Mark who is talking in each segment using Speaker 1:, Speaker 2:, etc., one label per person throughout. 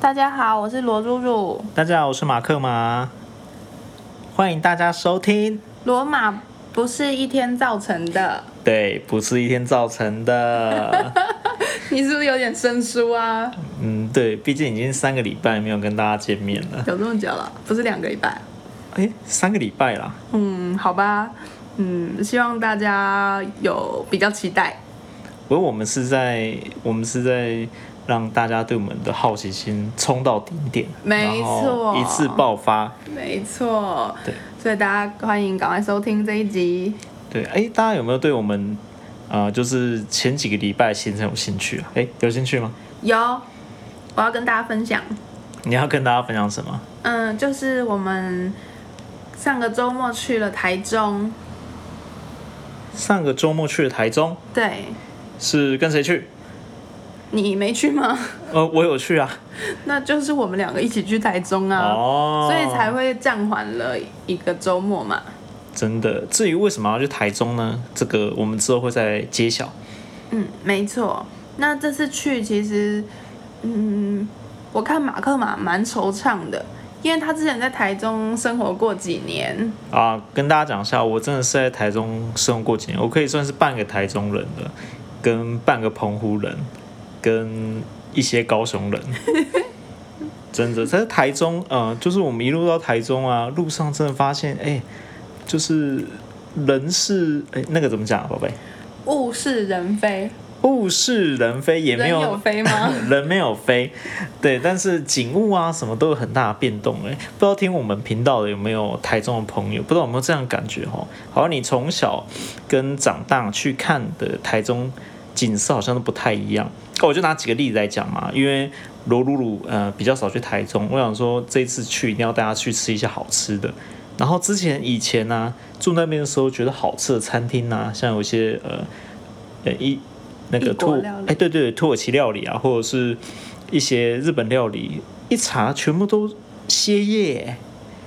Speaker 1: 大家好，我是罗露露。
Speaker 2: 大家好，我是马克马，欢迎大家收听。
Speaker 1: 罗马不是一天造成的，
Speaker 2: 对，不是一天造成的。
Speaker 1: 你是不是有点生疏啊？
Speaker 2: 嗯，对，毕竟已经三个礼拜没有跟大家见面了。
Speaker 1: 有这么久了，不是两个礼拜。
Speaker 2: 哎，三个礼拜啦。
Speaker 1: 嗯，好吧，嗯，希望大家有比较期待。
Speaker 2: 不过我们是在我们是在让大家对我们的好奇心冲到顶点，
Speaker 1: 没错
Speaker 2: 然后一次爆发。
Speaker 1: 没错，
Speaker 2: 对
Speaker 1: 所以大家欢迎赶快收听这一集。
Speaker 2: 对，哎，大家有没有对我们啊、呃就是前几个礼拜行程有兴趣啊？哎，有兴趣吗？
Speaker 1: 有，我要跟大家分享，
Speaker 2: 你要跟大家分享什么？
Speaker 1: 嗯，就是我们上个周末去了台中，
Speaker 2: 上个周末去了台中，
Speaker 1: 对
Speaker 2: 是跟谁去？
Speaker 1: 你没去吗？
Speaker 2: 呃，我有去啊。
Speaker 1: 那就是我们两个一起去台中啊，
Speaker 2: 哦，
Speaker 1: 所以才会暂缓了一个周末嘛。
Speaker 2: 真的。至于为什么要去台中呢？这个我们之后会再揭晓。
Speaker 1: 嗯，没错。那这次去其实，嗯，我看马克马蛮惆怅的，因为他之前在台中生活过几年，
Speaker 2: 啊，跟大家讲一下，我真的是在台中生活过几年，我可以算是半个台中人了，跟半个澎湖人，跟一些高 雄人。真的，在台中，呃，就是我们一路到台中啊，路上真的发现，哎、就是人是，哎、那个怎么讲啊，宝贝？
Speaker 1: 物是人非，
Speaker 2: 物是人非，也
Speaker 1: 人
Speaker 2: 没
Speaker 1: 有非吗？
Speaker 2: 人没有飞，对，但是景物啊什么都有很大的变动哎、不知道听我们频道的有没有台中的朋友，不知道有没有这样的感觉哦？好像你从小跟长大去看的台中景色好像都不太一样。哦，我就拿几个例子来讲嘛，因为罗露露呃比较少去台中，我想说这一次去一定要带她去吃一些好吃的。然后之前以前呢、住那边的时候，觉得好吃的餐厅啊，像有一些呃呃一那
Speaker 1: 异
Speaker 2: 个
Speaker 1: 国
Speaker 2: 土
Speaker 1: 料理
Speaker 2: 哎、对对，土耳其料理啊，或者是一些日本料理，一查全部都歇业，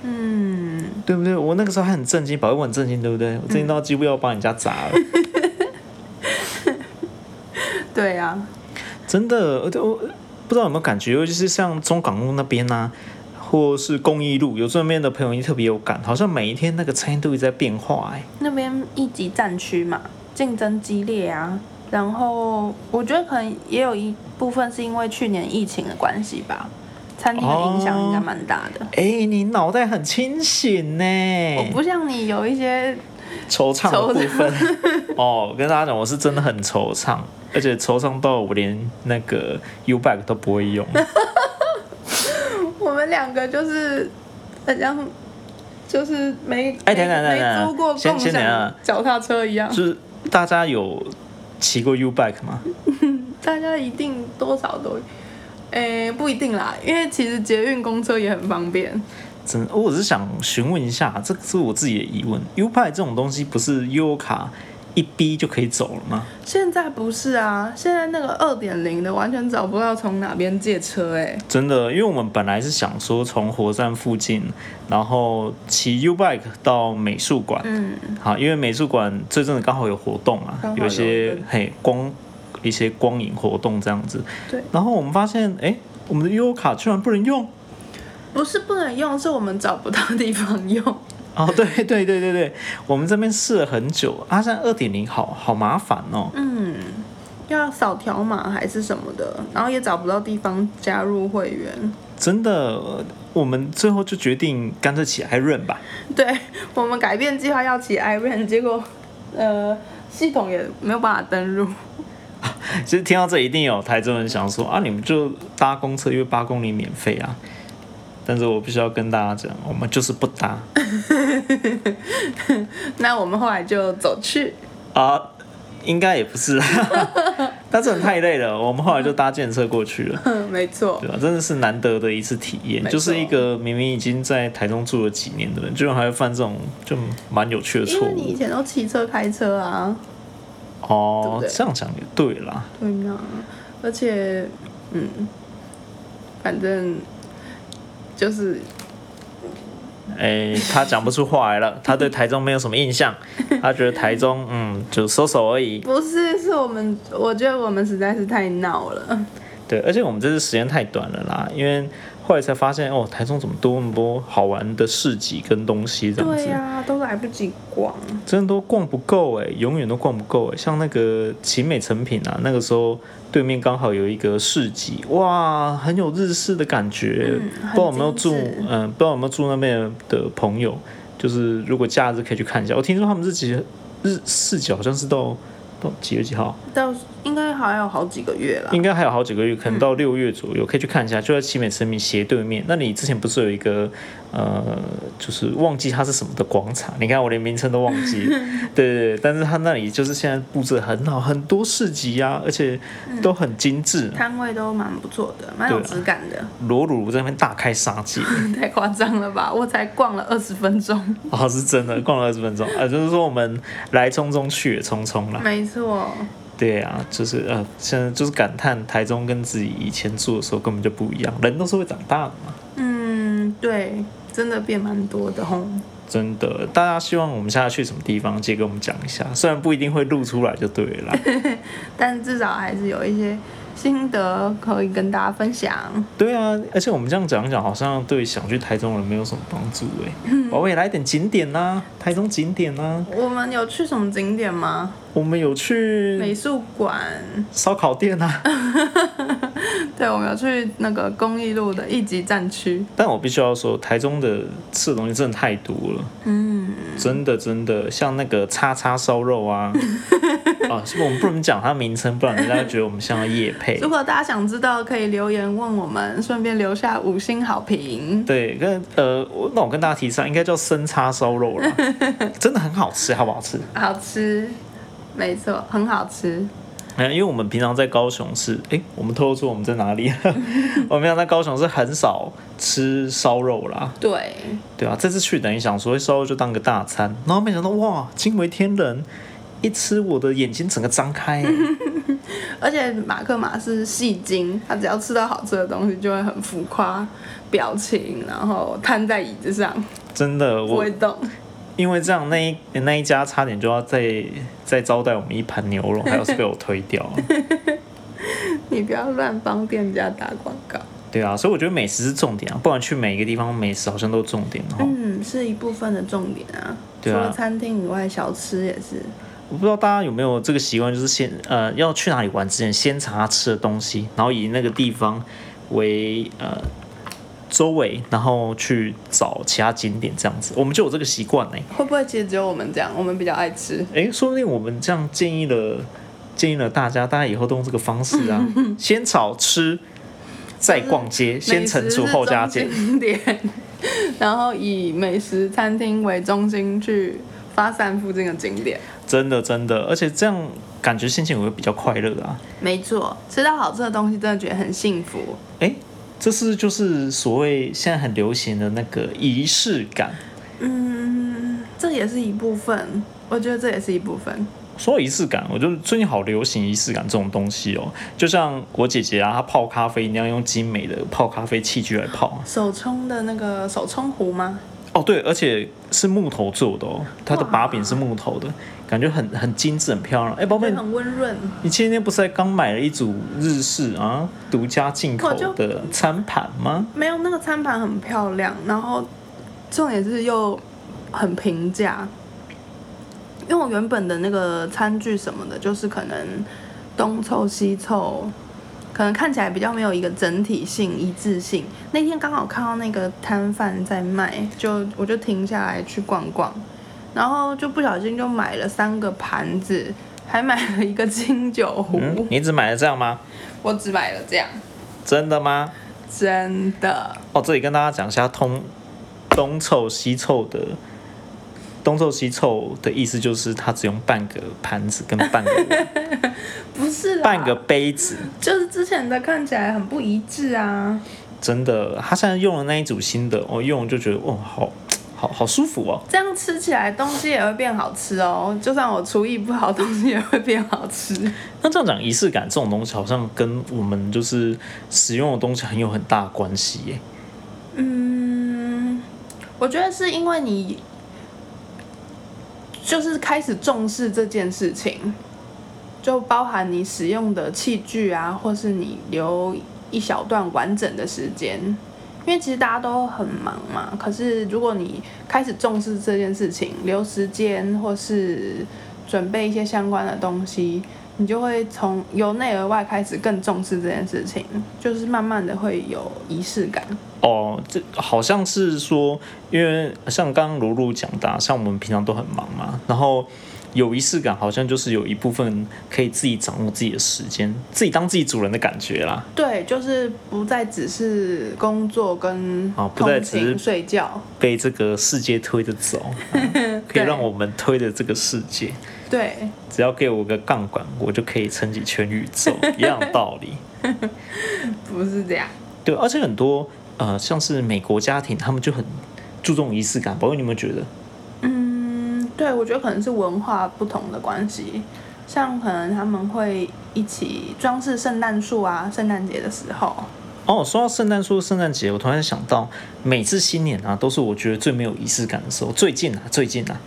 Speaker 1: 嗯，
Speaker 2: 对不对？我那个时候还很震惊，宝贝，我很震惊，对不对？我震惊到几乎要把人家砸 了，
Speaker 1: 对啊，
Speaker 2: 真的，我都不知道有没有感觉，尤其是像中港路那边呐、啊，或是公益路，有这边的朋友一定特别有感，好像每一天那个餐厅都一直在变化、哎，
Speaker 1: 那边一级战区嘛，竞争激烈啊。然后我觉得可能也有一部分是因为去年疫情的关系吧，餐厅的影响
Speaker 2: 哦
Speaker 1: 应该蛮大的。
Speaker 2: 哎、你脑袋很清醒呢、
Speaker 1: 我不像你有一些
Speaker 2: 惆怅的部
Speaker 1: 惆
Speaker 2: 分哦，我跟大家讲，我是真的很惆怅，而且惆怅到我连那个 U b a c 都不会 用。
Speaker 1: 我们两个就是很像，就是没
Speaker 2: 哎等等等等
Speaker 1: 没租过
Speaker 2: 先
Speaker 1: 共
Speaker 2: 先等一
Speaker 1: 享
Speaker 2: 下
Speaker 1: 脚踏车一样，
Speaker 2: 就是大家有骑过 U b a c 吗？
Speaker 1: 大家一定多少都，诶、不一定啦，因为其实捷运、公车也很方便。
Speaker 2: 真的，我只是想询问一下，这个是我自己的疑问。U b a c 这种东西不是 U 卡一逼就可以走了吗？
Speaker 1: 现在不是啊，现在那个二点零的完全找不到从哪边借车哎、
Speaker 2: 真的，因为我们本来是想说从火车站附近，然后骑 U bike 到美术馆，
Speaker 1: 嗯，
Speaker 2: 好，因为美术馆最近刚好有活动啊
Speaker 1: 刚好，有
Speaker 2: 有一些嘿光一些光影活动这样子。
Speaker 1: 对。
Speaker 2: 然后我们发现，哎、我们的 U 卡居然不能用。
Speaker 1: 不是不能用，是我们找不到地方用。
Speaker 2: 哦，对 对对对对，我们这边试了很久，啊，现在二点零好好麻烦哦。
Speaker 1: 嗯，要扫条码还是什么的，然后也找不到地方加入会员。
Speaker 2: 真的，呃我们最后就决定干脆起来润吧。
Speaker 1: 对我们改变计划要起 Iron，结果呃系统也没有办法登录。
Speaker 2: 其实听到这一定有台中人想说啊，你们就搭公车，因为八公里免费啊。但是我必须要跟大家讲，我们就是不搭
Speaker 1: 那我们后来就走去，
Speaker 2: 啊，应该也不是 啊，但是很太累了，我们后来就搭建车过去了，
Speaker 1: 哼，没错，
Speaker 2: 对吧、真的是难得的一次体验
Speaker 1: 没，错
Speaker 2: 就是一个明明已经在台中住了几年的人，居然还会犯这种就蛮有趣的
Speaker 1: 因
Speaker 2: 错
Speaker 1: 为你以
Speaker 2: 误
Speaker 1: 前都骑车开车啊，对不
Speaker 2: 哦
Speaker 1: 对。
Speaker 2: 这样讲也对啦，
Speaker 1: 对嘛，而且嗯，反正就是
Speaker 2: 哎、他讲不出话来了， 他对台中没有什么印 象，他觉得台中嗯就收手而已。
Speaker 1: 不是是我们，我觉得我们实在是太闹了，
Speaker 2: 对，而且我们这次时间太短了啦，因为后来才发现哦，台中怎么多那么多好玩的市集跟东西这样
Speaker 1: 对
Speaker 2: 子，
Speaker 1: 呀、都来不及逛。
Speaker 2: 真的都逛不够哎、永远都逛不够哎、像那个奇美成品啊，那个时候对面刚好有一个市集，哇，很有日式的感觉。
Speaker 1: 嗯很
Speaker 2: 不知道有没有住，
Speaker 1: 精致
Speaker 2: 嗯、不知道有没有住那边的朋友，就是如果假日可以去看一下。我听说他们这几日市集好像是到到几月几号，
Speaker 1: 到应该还有好几个月啦。
Speaker 2: 应该还有好几个月，可能到六月左右、可以去看一下，就在奇美成品斜对面。那你之前不是有一个呃，就是忘记它是什么的广场？你看我连名称都忘记了。对对对，但是它那里就是现在布置得很好，很多市集啊，而且都很精致，
Speaker 1: 摊位都蛮不错的，蛮有
Speaker 2: 对啊
Speaker 1: 质感的，
Speaker 2: 罗鲁在那边大开杀戒。
Speaker 1: 太夸张了吧！我才逛了二十分钟，
Speaker 2: 哦，是真的，逛了二十分钟，呃，就是说我们来匆匆去也匆匆啦。
Speaker 1: 没错，
Speaker 2: 对啊，就是呃，现在就是感叹台中跟自己以前住的时候根本就不一样，人都是会长大的嘛，
Speaker 1: 嗯，对，真的变蛮多的哦吼。
Speaker 2: 真的。大家希望我们现在去什么地方，借给我们讲一下，虽然不一定会录出来就对了啦。
Speaker 1: 但至少还是有一些心得可以跟大家分享。
Speaker 2: 对啊，而且我们这样讲一讲，好像对想去台中的人没有什么帮助哎、我也来点景点啦、台中景点啦、
Speaker 1: 我们有去什么景点吗？
Speaker 2: 我们有
Speaker 1: 美
Speaker 2: 去
Speaker 1: 术馆，
Speaker 2: 烧烤店啊。
Speaker 1: 对，我们有去那个公益路的一级战区。
Speaker 2: 但我必须要说，台中的吃的东西真的太多了，
Speaker 1: 嗯，
Speaker 2: 真的真的，像那个叉叉烧肉啊，啊，是不是我们不能讲它名称，不然人家会觉得我们像要夜配
Speaker 1: 如。果大家想知道，可以留言问我们，顺便留下五星好评。
Speaker 2: 对，跟呃，我那我跟大家提示啊，应该叫生叉烧肉 啦，真的很好吃，好不好吃？
Speaker 1: 好吃，没错，很好吃。
Speaker 2: 嗯，因为我们平常在高雄是，诶，我们透露出我们在哪 里？我们平常在高雄是很少吃烧肉啦，
Speaker 1: 对，
Speaker 2: 对啊，这次去等于想说烧肉就当个大餐，然后没想到哇，惊为天人，一吃我的眼睛整个张开 耶，
Speaker 1: 而且马克马是戏精，他只要吃到好吃的东西，就会很浮夸表情，然后瘫在椅子上，
Speaker 2: 真的，
Speaker 1: 不
Speaker 2: 我
Speaker 1: 会动。
Speaker 2: 因为这样那一那一家差点就要再再招待我们一盘牛肉，还有是被我推掉了。
Speaker 1: 你不要乱帮店家打广告。
Speaker 2: 对啊，所以我觉得美食是重点啊，不然去每一个地方美食好像都是重点哦。
Speaker 1: 嗯，是一部分的重点啊。除
Speaker 2: 对啊
Speaker 1: 了餐厅以外，小吃也是。
Speaker 2: 我不知道大家有没有这个习惯，就是先呃要去哪里玩之前，先查吃的东西，然后以那个地方为呃周围，然后去找其他景点这样子。我们就有这个习惯呢。
Speaker 1: 会不会其实只有我们这样？我们比较爱吃。
Speaker 2: 诶，说不定我们这样建议了建议了大家，大家以后都用这个方 式啊，先炒吃，再逛街，先乘除后加减
Speaker 1: 美。食是中心点， 然后以美食餐厅为中心去发散附近的景点。
Speaker 2: 真的真的，而且这样感觉心情也会比较快乐啊。
Speaker 1: 没错，吃到好吃的东西，真的觉得很幸福。
Speaker 2: 诶，这是就是所谓现在很流行的那个仪式感。
Speaker 1: 嗯，这也是一部分，我觉得这也是一部分。
Speaker 2: 说到仪式感，我觉得最近好流行仪式感这种东西哦，就像我姐姐啊，她泡咖啡一定要用精美的泡咖啡器具来泡。
Speaker 1: 手冲的那个手冲壶吗？
Speaker 2: 哦，对，而且是木头做的哦，它的
Speaker 1: 哇
Speaker 2: 把柄是木头的，感觉很很精致，很漂亮。哎，宝
Speaker 1: 就
Speaker 2: 贝，
Speaker 1: 很温润。
Speaker 2: 你今天不是才刚买了一组日式啊独家进口
Speaker 1: 我就
Speaker 2: 的餐盘吗？
Speaker 1: 没有，那个餐盘很漂亮，然后重点是又很平价。因为我原本的那个餐具什么的，就是可能东凑西凑，可能看起来比较没有一个整体性、一致性。那天刚好看到那个摊贩在卖，就我就停下来去逛逛，然后就不小心就买了三个盘子，还买了一个清酒壶。
Speaker 2: 嗯，你只买了这样吗？
Speaker 1: 我只买了这样，
Speaker 2: 真的吗？
Speaker 1: 真的。
Speaker 2: 哦，这里跟大家讲一下通东凑西凑的。东凑西凑的意思就是它只用半个盘子跟半个碗
Speaker 1: 不是啦，
Speaker 2: 半个杯子，
Speaker 1: 就是之前的看起来很不一致啊。
Speaker 2: 真的。他现在用了那一组新的，我、用了就觉得哦，好好好舒服哦。
Speaker 1: 这样吃起来东西也会变好吃哦。就算我厨艺不好，东西也会变好吃。
Speaker 2: 那这样讲，仪式感这种东西好像跟我们就是使用的东西很有很大的关系耶。
Speaker 1: 嗯，我觉得是因为你就是开始重视这件事情，就包含你使用的器具啊，或是你留一小段完整的时间，因为其实大家都很忙嘛。可是如果你开始重视这件事情，留时间或是准备一些相关的东西，你就会从由内而外开始更重视这件事情，就是慢慢的会有仪式感。
Speaker 2: 哦，这好像是说，因为像刚刚露露讲的啊、像我们平常都很忙嘛，然后有仪式感，好像就是有一部分可以自己掌握自己的时间，自己当自己主人的感觉啦。
Speaker 1: 对，就是不再只是工作跟
Speaker 2: 哦不再
Speaker 1: 通
Speaker 2: 只
Speaker 1: 勤、
Speaker 2: 是
Speaker 1: 睡觉。
Speaker 2: 被这个世界推着走，啊可以
Speaker 1: 对
Speaker 2: 让我们推着这个世界。
Speaker 1: 对，
Speaker 2: 只要给我个杠杆，我就可以撑起全宇宙，一样的道理。
Speaker 1: 不是这样。
Speaker 2: 对，而且很多呃，像是美国家庭，他们就很注重仪式感。宝贝，你有没有觉得？
Speaker 1: 嗯，对，我觉得可能是文化不同的关系，像可能他们会一起装饰圣诞树啊，圣诞节的时候，
Speaker 2: 哦，说到圣诞树、圣诞节，我突然想到，每次新年啊，都是我觉得最没有仪式感的时候。最近啊，最近啊，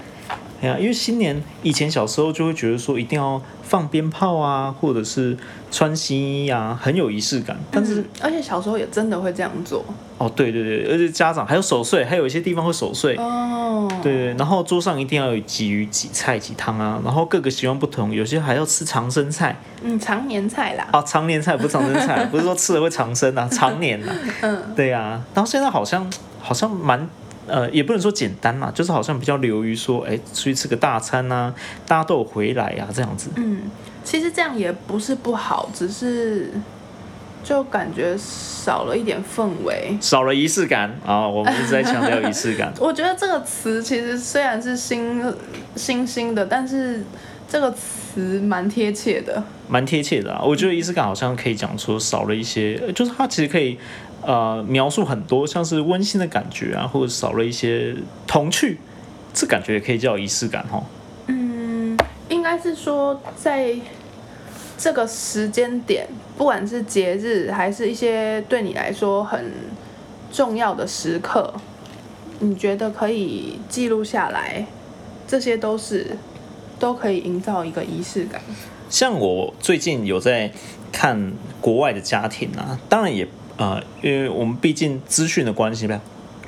Speaker 2: 哎呀，因为新年以前小时候就会觉得说一定要放鞭炮啊，或者是穿新衣啊，很有仪式感。但是、
Speaker 1: 嗯而且小时候也真的会这样做
Speaker 2: 哦，对对对，而且家长还有守岁，还有一些地方会守岁。
Speaker 1: 哦，
Speaker 2: 对对，然后桌上一定要有几鱼、几菜、几汤啊，然后各个习惯不同，有些还要吃长生菜
Speaker 1: 嗯，常年菜啦，
Speaker 2: 啊，常年菜不是长生菜，不是说吃了会长生啊，常年啊，嗯，对啊，然后现在好像好像蛮呃，也不能说简单啦，就是好像比较流于说，哎，出去吃个大餐啊，大家都有回来啊，这样子，
Speaker 1: 嗯，其实这样也不是不好，只是就感觉少了一点氛围。
Speaker 2: 少了仪式感啊，我们一直在强调仪式
Speaker 1: ，
Speaker 2: 感
Speaker 1: 我觉得这个词其实虽然是新新兴的，但是这个词蛮贴切的。
Speaker 2: 蛮贴切的啊。我觉得仪式感好像可以讲说少了一些，呃就是它其实可以呃描述很多，像是温馨的感觉啊，或者少了一些童趣，这感觉也可以叫仪式感哦。
Speaker 1: 嗯，应该是说在这个时间点，不管是节日还是一些对你来说很重要的时刻，你觉得可以记录下来，这些都是都可以营造一个仪式感。
Speaker 2: 像我最近有在看国外的家庭啊，当然也呃，因为我们毕竟资讯的关系吧，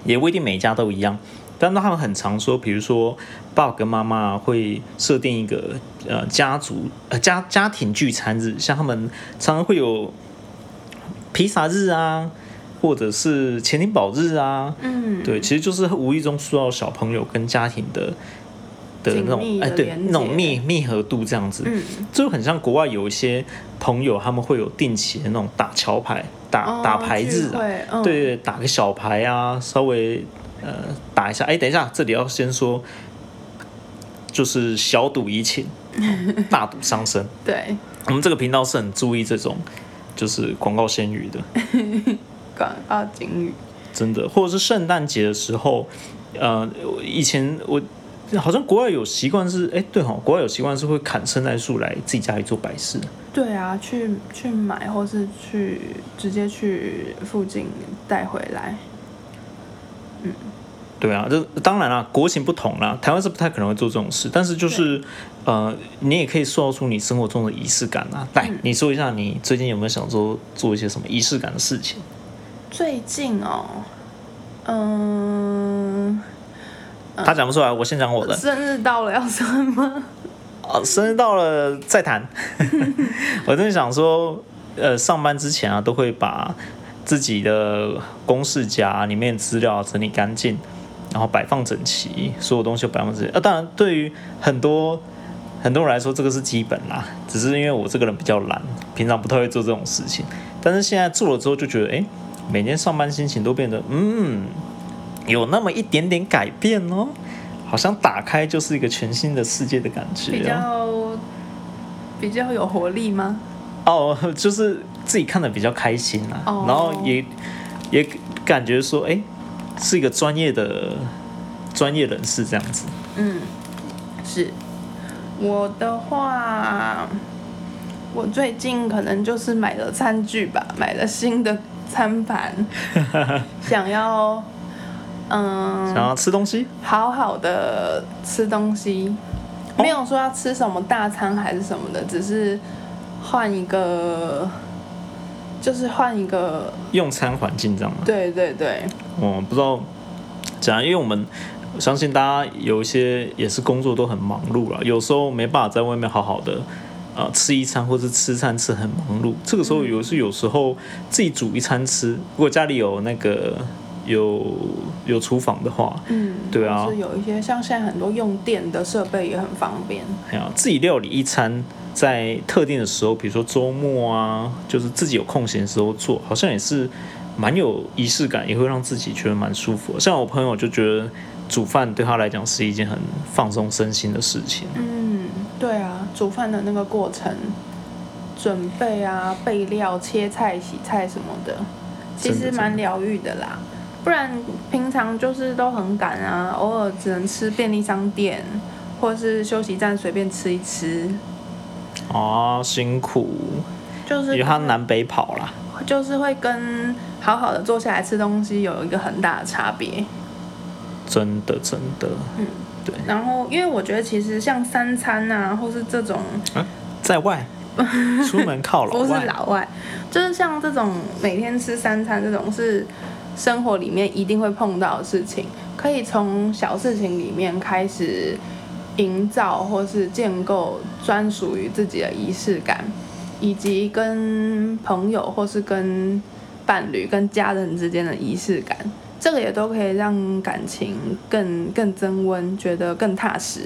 Speaker 2: 也不一定每一家都一样。但他们很常说，比如说爸爸跟妈妈会设定一个呃家族呃家家庭聚餐日，像他们常常会有披萨日啊，或者是钱金宝日啊，
Speaker 1: 嗯，
Speaker 2: 对，其实就是无意中塑造小朋友跟家庭的的那
Speaker 1: 紧密
Speaker 2: 种
Speaker 1: 的
Speaker 2: 哎，对，
Speaker 1: 连
Speaker 2: 那种
Speaker 1: 结
Speaker 2: 密密合度这样子，
Speaker 1: 嗯，
Speaker 2: 就很像国外有一些朋友他们会有定期的那种打桥牌、打、
Speaker 1: 哦
Speaker 2: 打牌日
Speaker 1: 聚
Speaker 2: 啊，
Speaker 1: 会，嗯，
Speaker 2: 对，打个小牌啊，稍微呃打一下。哎，等一下，这里要先说，就是小赌怡 情，大赌伤身。
Speaker 1: 对，
Speaker 2: 我们这个频道是很注意这种就是广告先语的。
Speaker 1: 广告警语，
Speaker 2: 真的，或者是圣诞节的时候，呃，我以前我好像国外有习惯是，哎，对哦，国外有习惯是会砍圣诞树来自己家里做摆饰。
Speaker 1: 对啊，去去买或是去直接去附近带回来，
Speaker 2: 对啊，这当然啦，国情不同啦，台湾是不太可能会做这种事，但是就是，呃，你也可以塑造出你生活中的仪式感啊。来，你说一下你最近有没有想说做一些什么仪式感的事情？
Speaker 1: 最近哦，嗯，
Speaker 2: 他讲不出来，我先讲我的。
Speaker 1: 生日到了要什么？
Speaker 2: 哦，生日到了再谈。 我真的想说，呃，上班之前啊，都会把自己的公式夹里面的资料整理干净，然后摆放整齐，所有东西都摆放整齐。啊，当然，对于很多 很多人来说，这个是基本啦。只是因为我这个人比较懒，平常不太会做这种事情，但是现在做了之后，就觉得，哎，每天上班心情都变得，嗯，有那么一点点改变哦。好像打开就是一个全新的世界的感觉、哦，
Speaker 1: 比较比较有活力吗？
Speaker 2: 哦，就是自己看的比较开心啦、
Speaker 1: 哦
Speaker 2: 然后也也感觉说，哎、是一个专业的专业人士这样子。
Speaker 1: 嗯，是。我的话，我最近可能就是买了餐具吧，买了新的餐盘，想要嗯
Speaker 2: 想要吃东西，
Speaker 1: 好好的吃东西，
Speaker 2: 哦
Speaker 1: 没有说要吃什么大餐还是什么的，只是换一个，就是换一个，
Speaker 2: 用餐环境这样吗？
Speaker 1: 对对对，
Speaker 2: 我不知道怎样，因为我们我相信大家有一些也是工作都很忙碌了，有时候没办法在外面好好的。呃，吃一餐或是吃餐吃很忙碌，这个时候
Speaker 1: 嗯
Speaker 2: 有是有时候自己煮一餐吃，如果家里有那个有有厨房的话，
Speaker 1: 嗯，
Speaker 2: 对啊
Speaker 1: 就是有一些像现在很多用电的设备也很方便，
Speaker 2: 哎呀，自己料理一餐，在特定的时候，比如说周末啊，就是自己有空闲的时候做，好像也是蛮有仪式感，也会让自己觉得蛮舒服的。像我朋友就觉得煮饭对他来讲是一件很放松身心的事情。
Speaker 1: 嗯，对啊，煮饭的那个过程，准备啊、备料、切菜、洗菜什么的，其
Speaker 2: 真的
Speaker 1: 实
Speaker 2: 真的
Speaker 1: 蛮疗愈的啦。不然平常就是都很赶啊，偶尔只能吃便利商店或是休息站随便吃一吃，
Speaker 2: 啊，辛苦，
Speaker 1: 就是
Speaker 2: 因为他南北跑啦。
Speaker 1: 就是会跟好好的坐下来吃东西有一个很大的差别。
Speaker 2: 真的真的，
Speaker 1: 然后，因为我觉得其实像三餐啊，或是这种
Speaker 2: 在外出门靠 老
Speaker 1: 不是
Speaker 2: 外，
Speaker 1: 老外，就是像这种每天吃三餐这种是生活里面一定会碰到的事情，可以从小事情里面开始营造或是建构专属于自己的仪式感，以及跟朋友或是跟伴侣、跟家人之间的仪式感。这个也都可以让感情更更增温，觉得更踏实。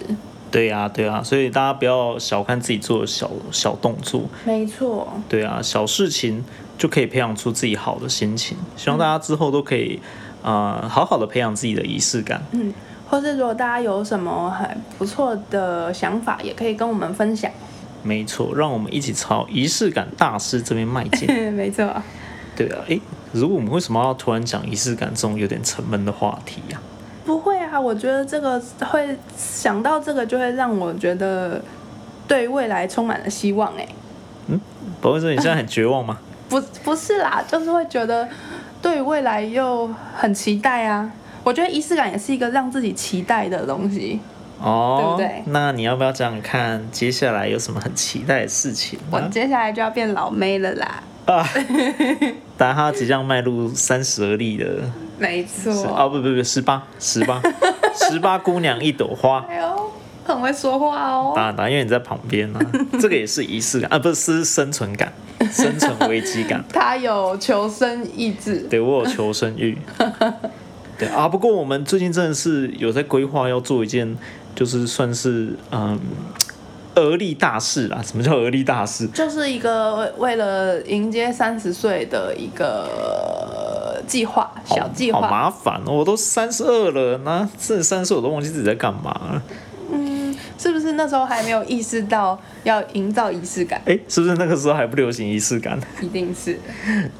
Speaker 2: 对呀、对呀、所以大家不要小看自己做的小小动作，
Speaker 1: 没错，
Speaker 2: 对啊，小事情就可以培养出自己好的心情。希望大家之后都可以，呃，好好的培养自己的仪式感。
Speaker 1: 嗯或是如果大家有什么很不错的想法，也可以跟我们分享。
Speaker 2: 没错，让我们一起朝仪式感大师这边迈 进。
Speaker 1: 没错，
Speaker 2: 对啊，诶，如果我们为什么要突然讲仪式感这种有点沉闷的话题呀、
Speaker 1: 不会啊，我觉得这个会想到这个，就会让我觉得对未来充满了希望、欸。哎，
Speaker 2: 不会说你现在很绝望吗？
Speaker 1: 不，不是啦，就是会觉得对未来又很期待啊。我觉得仪式感也是一个让自己期待的东西。
Speaker 2: 哦，
Speaker 1: 对不对
Speaker 2: 那你要不要讲讲看，接下来有什么很期待的事情啊
Speaker 1: 我
Speaker 2: 呢？
Speaker 1: 接下来就要变老妹了啦。
Speaker 2: 啊，达哈即将迈入三十而立的，
Speaker 1: 没错。
Speaker 2: 哦不不不，十八十 八十八姑娘一朵花。
Speaker 1: 哎呦，很会说话哦。
Speaker 2: 当然，当然，因为你在旁 边啊，这个也是仪式感啊，不是是生存感、生存危机感。
Speaker 1: 他有求生意志。
Speaker 2: 对我有求生 欲。对啊，不过我们最近真的是有在规划要做一件，就是算是嗯，而立大事啦。什么叫而立大事？
Speaker 1: 就是一个为了迎接三十岁的一个呃计划，
Speaker 2: 好
Speaker 1: 小计
Speaker 2: 好
Speaker 1: 划。
Speaker 2: 麻烦哦！我都三十二了，那这三十我都忘记自己在干嘛了。
Speaker 1: 嗯，是不是那时候还没有意识到要营造仪式感？
Speaker 2: 哎，是不是那个时候还不流行仪式感？
Speaker 1: 一定是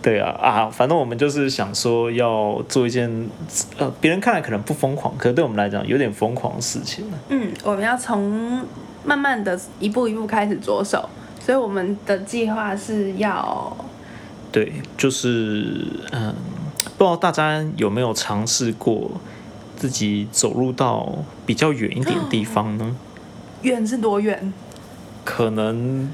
Speaker 2: 对啊，啊，反正我们就是想说要做一件，呃，别人看来可能不疯狂，可是对我们来讲有点疯狂的事情。啊
Speaker 1: 嗯，我们要从慢慢的一步一步开始着手，所以我们的计划是要
Speaker 2: 对，就是嗯，不知道大家有没有尝试过自己走路到比较远一点的地方呢？
Speaker 1: 哦远是多远？
Speaker 2: 可能。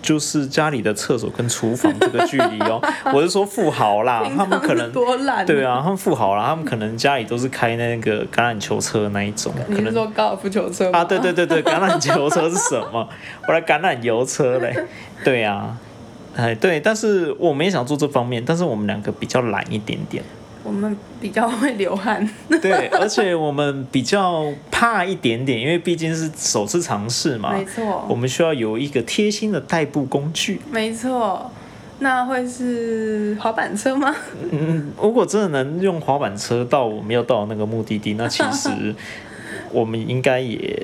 Speaker 2: 就是家里的厕所跟厨房这个距离 哦，我是说富豪啦，啊他们
Speaker 1: 平
Speaker 2: 可
Speaker 1: 常是
Speaker 2: 能
Speaker 1: 多懒？
Speaker 2: 对，啊，他们富豪啦，他们可能家里都是开那个橄榄球车那一种，
Speaker 1: 你
Speaker 2: 可
Speaker 1: 是
Speaker 2: 能
Speaker 1: 说高尔夫球车吗
Speaker 2: 啊，对对对对， 橄榄球车是什么？我来橄榄油车 嘞。对呀、啊，哎对，但是我们也想做这方面，但是我们两个比较懒一点点，
Speaker 1: 我们比较会流汗，
Speaker 2: 对，而且我们比较怕一点点，因为毕竟是首次尝试嘛
Speaker 1: 没，错，
Speaker 2: 我们需要有一个贴心的代步工具。
Speaker 1: 没错，那会是滑板车吗？
Speaker 2: 嗯，如果真的能用滑板车到我们要到的那个目的地，那其 实我们应该也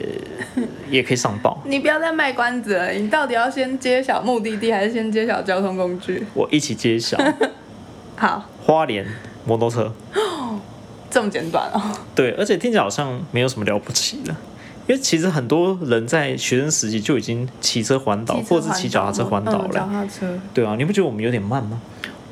Speaker 2: 也可以上报。
Speaker 1: 你不要再卖关子了，你到底要先揭晓目的地，还是先揭晓交通工具？
Speaker 2: 我一起揭晓
Speaker 1: 好，
Speaker 2: 花莲摩托车。
Speaker 1: 这么简短 哦。
Speaker 2: 对，而且听起来好像没有什么了不起的，因为其实很多人在学生时期就已经骑车环岛，或者是骑脚踏车环岛
Speaker 1: 嗯
Speaker 2: 了。
Speaker 1: 脚踏车。
Speaker 2: 对啊，你不觉得我们有点慢吗？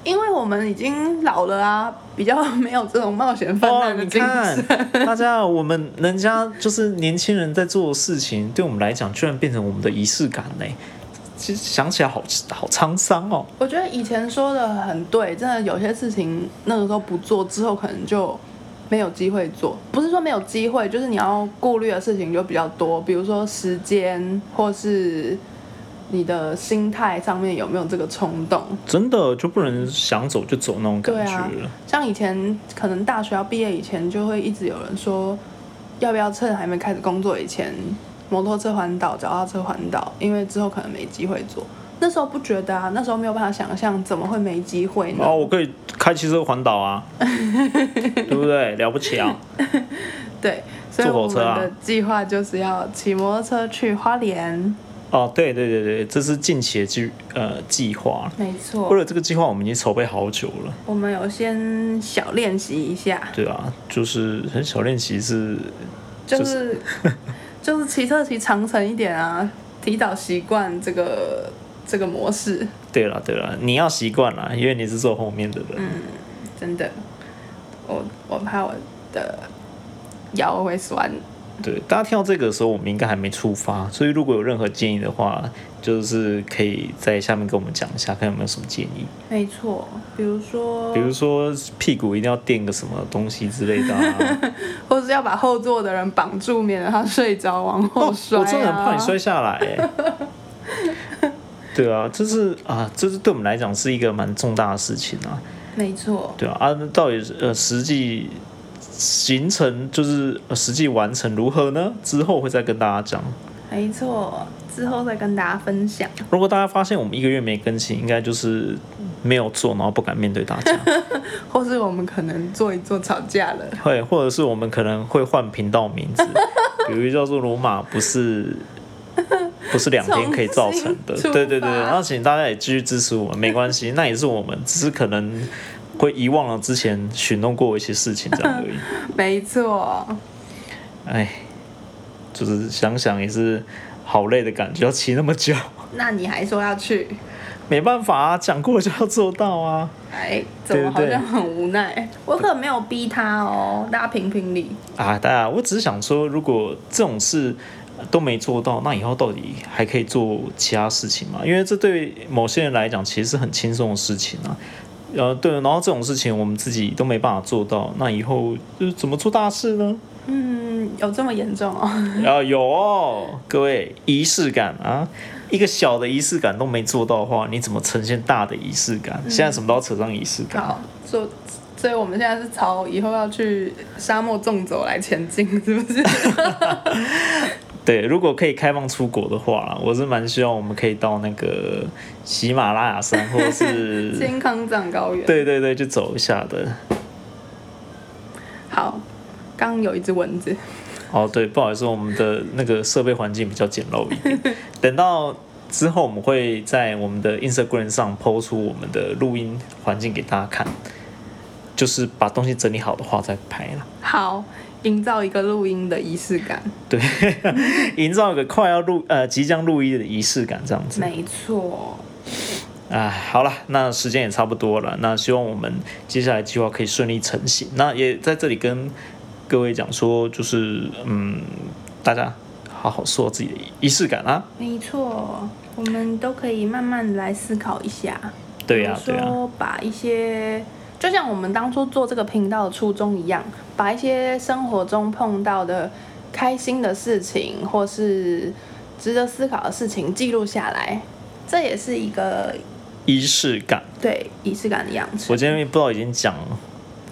Speaker 1: 因为我们已经老了啊，比较没有这种冒险犯
Speaker 2: 哦，
Speaker 1: 难的
Speaker 2: 你
Speaker 1: 精神。
Speaker 2: 看，大家，我们人家就是年轻人在做的事情，对我们来讲，居然变成我们的仪式感呢。其实想起来好好沧桑哦。
Speaker 1: 我觉得以前说的很对，真的有些事情那个时候不做，之后可能就没有机会做。不是说没有机会，就是你要顾虑的事情就比较多，比如说时间，或是你的心态上面有没有这个冲动。
Speaker 2: 真的就不能想走就走那种
Speaker 1: 对
Speaker 2: 感觉
Speaker 1: 啊
Speaker 2: 了。，
Speaker 1: 像以前可能大学要毕业以前，就会一直有人说，要不要趁还没开始工作以前，摩托车环岛、脚踏车环岛，因为之后可能没机会做。那时候不觉得啊，那时候没有办法想象怎么会没机会呢？
Speaker 2: 哦，我可以开汽车环 岛啊，对不对？了不起啊！
Speaker 1: 对，所以
Speaker 2: 坐火
Speaker 1: 我们
Speaker 2: 车啊
Speaker 1: 的计划就是要骑摩托车去花莲。
Speaker 2: 哦，对对对对，这是近期的计呃计划。
Speaker 1: 没错
Speaker 2: 为，了这个计划，我们已经筹备好久了，
Speaker 1: 我们有先小练习一下，
Speaker 2: 对啊，就是很小练习是，
Speaker 1: 就
Speaker 2: 就是
Speaker 1: 就是骑车骑长城一点啊，提早习惯这个这个模式，
Speaker 2: 对了对了，你要习惯了，因为你是坐后面的人。
Speaker 1: 真的，我我怕我的腰会酸。
Speaker 2: 对，大家听到这个的时候，我们应该还没出发，所以如果有任何建议的话，就是可以在下面跟我们讲一下，看有没有什么建议，
Speaker 1: 没错，比如说
Speaker 2: 比，如说屁股一定要垫个什么东西之类的啊。
Speaker 1: 或是要把后座的人绑住，免得他睡着往
Speaker 2: 哦
Speaker 1: 后摔、啊
Speaker 2: 我真的很怕你摔下来、欸。对啊，这是啊，这是对我们来讲是一个蛮重大的事情啊。
Speaker 1: 没错，
Speaker 2: 对啊，啊，那到底是呃实际行程就是、呃实际完成如何呢？之后会再跟大家讲。
Speaker 1: 没错，之后再跟大家分享。
Speaker 2: 如果大家发现我们一个月没更新，应该就是没有做，然后不敢面对大家，
Speaker 1: 或是我们可能做一做吵架了，
Speaker 2: 会或者是我们可能会换频道名 字，比如叫做罗马，不是不是两天可以造成的
Speaker 1: 重，新出发
Speaker 2: 对对对。那请大家也继续支持我们，没关系，那也是我们，只是可能会遗忘了之前许诺过的一些事情这样 而已。
Speaker 1: 没错，
Speaker 2: 哎，就是想想也是好累的感觉，要骑那么久，
Speaker 1: 那你还说要去，
Speaker 2: 没办法啊，讲过就要做到啊。
Speaker 1: 哎，怎么好
Speaker 2: 对对对
Speaker 1: 像很无奈？我可没有逼他哦，大家评评理。
Speaker 2: 啊，大家，我只是想说，如果这种事呃都没做到，那以后到底还可以做其他事情吗？因为这对某些人来讲，其实是很轻松的事情啊。呃，对，然后这种事情我们自己都没办法做到，那以后就是怎么做大事呢？
Speaker 1: 嗯，有这么严重哦？
Speaker 2: 啊，有哦，各位仪式感啊，一个小的仪式感都没做到的话，你怎么呈现大的仪式感？现在什么都要扯上仪式感。
Speaker 1: 好，所所以我们现在是朝以后要去沙漠纵走来前进，是 不是？
Speaker 2: 对，如果可以开放出国的话啦，我是蛮希望我们可以到那个喜马拉雅山，或 者是
Speaker 1: 健康藏高原。，
Speaker 2: 对对对，去走一下的。
Speaker 1: 好，刚刚有一只蚊子，
Speaker 2: 哦，对，不好意思，我们的那个设备环境比较简陋一点。等到之后，我们会在我们的 Instagram 上抛出我们的录音环境给大家看，就是把东西整理好的话再拍啦。
Speaker 1: 好，营造一个录音的仪式感。
Speaker 2: 对，营造一个快要录呃即将录音的仪式感，这样子。
Speaker 1: 没错，
Speaker 2: 啊，好了，那时间也差不多了，那希望我们接下来计划可以顺利成型。那也在这里跟各位讲说，就是嗯，大家好好做自己的仪式感啊。
Speaker 1: 没错，我们都可以慢慢来思考一下。
Speaker 2: 对呀、
Speaker 1: 比
Speaker 2: 对啊
Speaker 1: 如
Speaker 2: 呀、
Speaker 1: 说把一些，就像我们当初做这个频道的初衷一样，把一些生活中碰到的开心的事情，或是值得思考的事情记录下来，这也是一个
Speaker 2: 仪式感。
Speaker 1: 对仪式感的养成。
Speaker 2: 我今天不知道已经讲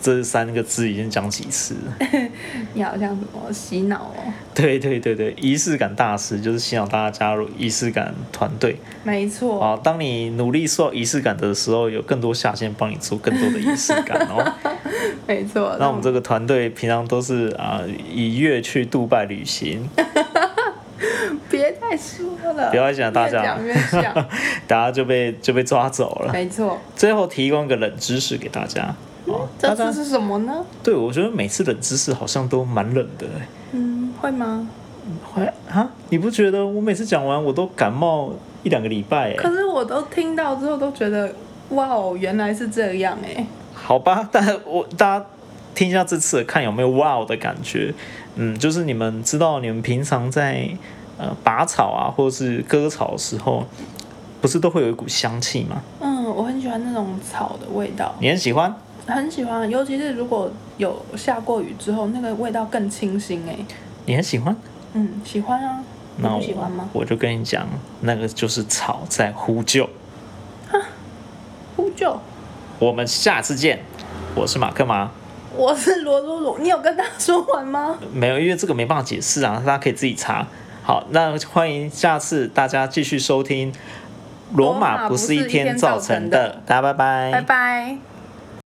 Speaker 2: 这三个字已经讲几次 了。
Speaker 1: 你好像什么洗脑哦？
Speaker 2: 对对对对，仪式感大师就是希望大家加入仪式感团队
Speaker 1: 没错，
Speaker 2: 啊。当你努力塑造仪式感的时候，有更多下线帮你做更多的仪式感哦。
Speaker 1: 没错。
Speaker 2: 那我们这个团队平常都是啊、以月去杜拜 旅行，
Speaker 1: 别再说了，
Speaker 2: 不要讲大家
Speaker 1: 越讲越 像。
Speaker 2: 大家就被就被抓走了。
Speaker 1: 没错，
Speaker 2: 最后提供一个冷知识给大家哦，大
Speaker 1: 嗯这
Speaker 2: 家
Speaker 1: 次是什么呢？
Speaker 2: 对我觉得每次冷知识好像都蛮冷的、欸，
Speaker 1: 嗯，会吗？
Speaker 2: 会啊？你不觉得我每次讲完我都感冒一两个礼拜、欸？
Speaker 1: 可是我都听到之后都觉得哇哦，原来是这样哎、
Speaker 2: 好吧，但我大家听一下这次的看有没有哇、哦的感觉。嗯，就是你们知道，你们平常在呃拔草啊，或是割草的时候，不是都会有一股香气吗？
Speaker 1: 嗯，我很喜欢那种草的味道，
Speaker 2: 你很喜欢？
Speaker 1: 很喜欢，尤其是如果有下过雨之后，那个味道更清新哎、
Speaker 2: 你很喜欢？
Speaker 1: 嗯，喜欢啊，你
Speaker 2: 那
Speaker 1: 不
Speaker 2: 我
Speaker 1: 喜欢吗？
Speaker 2: 我就跟你讲，那个就是草在呼救。
Speaker 1: 呼救，
Speaker 2: 我们下次见。我是马克马，
Speaker 1: 我是罗露露，你有跟他说完吗？
Speaker 2: 没有，因为这个没办法解释啊，大家可以自己查。好，那欢迎下次大家继续收听《罗
Speaker 1: 罗马
Speaker 2: 马不
Speaker 1: 不
Speaker 2: 是
Speaker 1: 是
Speaker 2: 一
Speaker 1: 一
Speaker 2: 天
Speaker 1: 天造
Speaker 2: 造成
Speaker 1: 成
Speaker 2: 的》
Speaker 1: 的
Speaker 2: 大家拜
Speaker 1: 拜拜。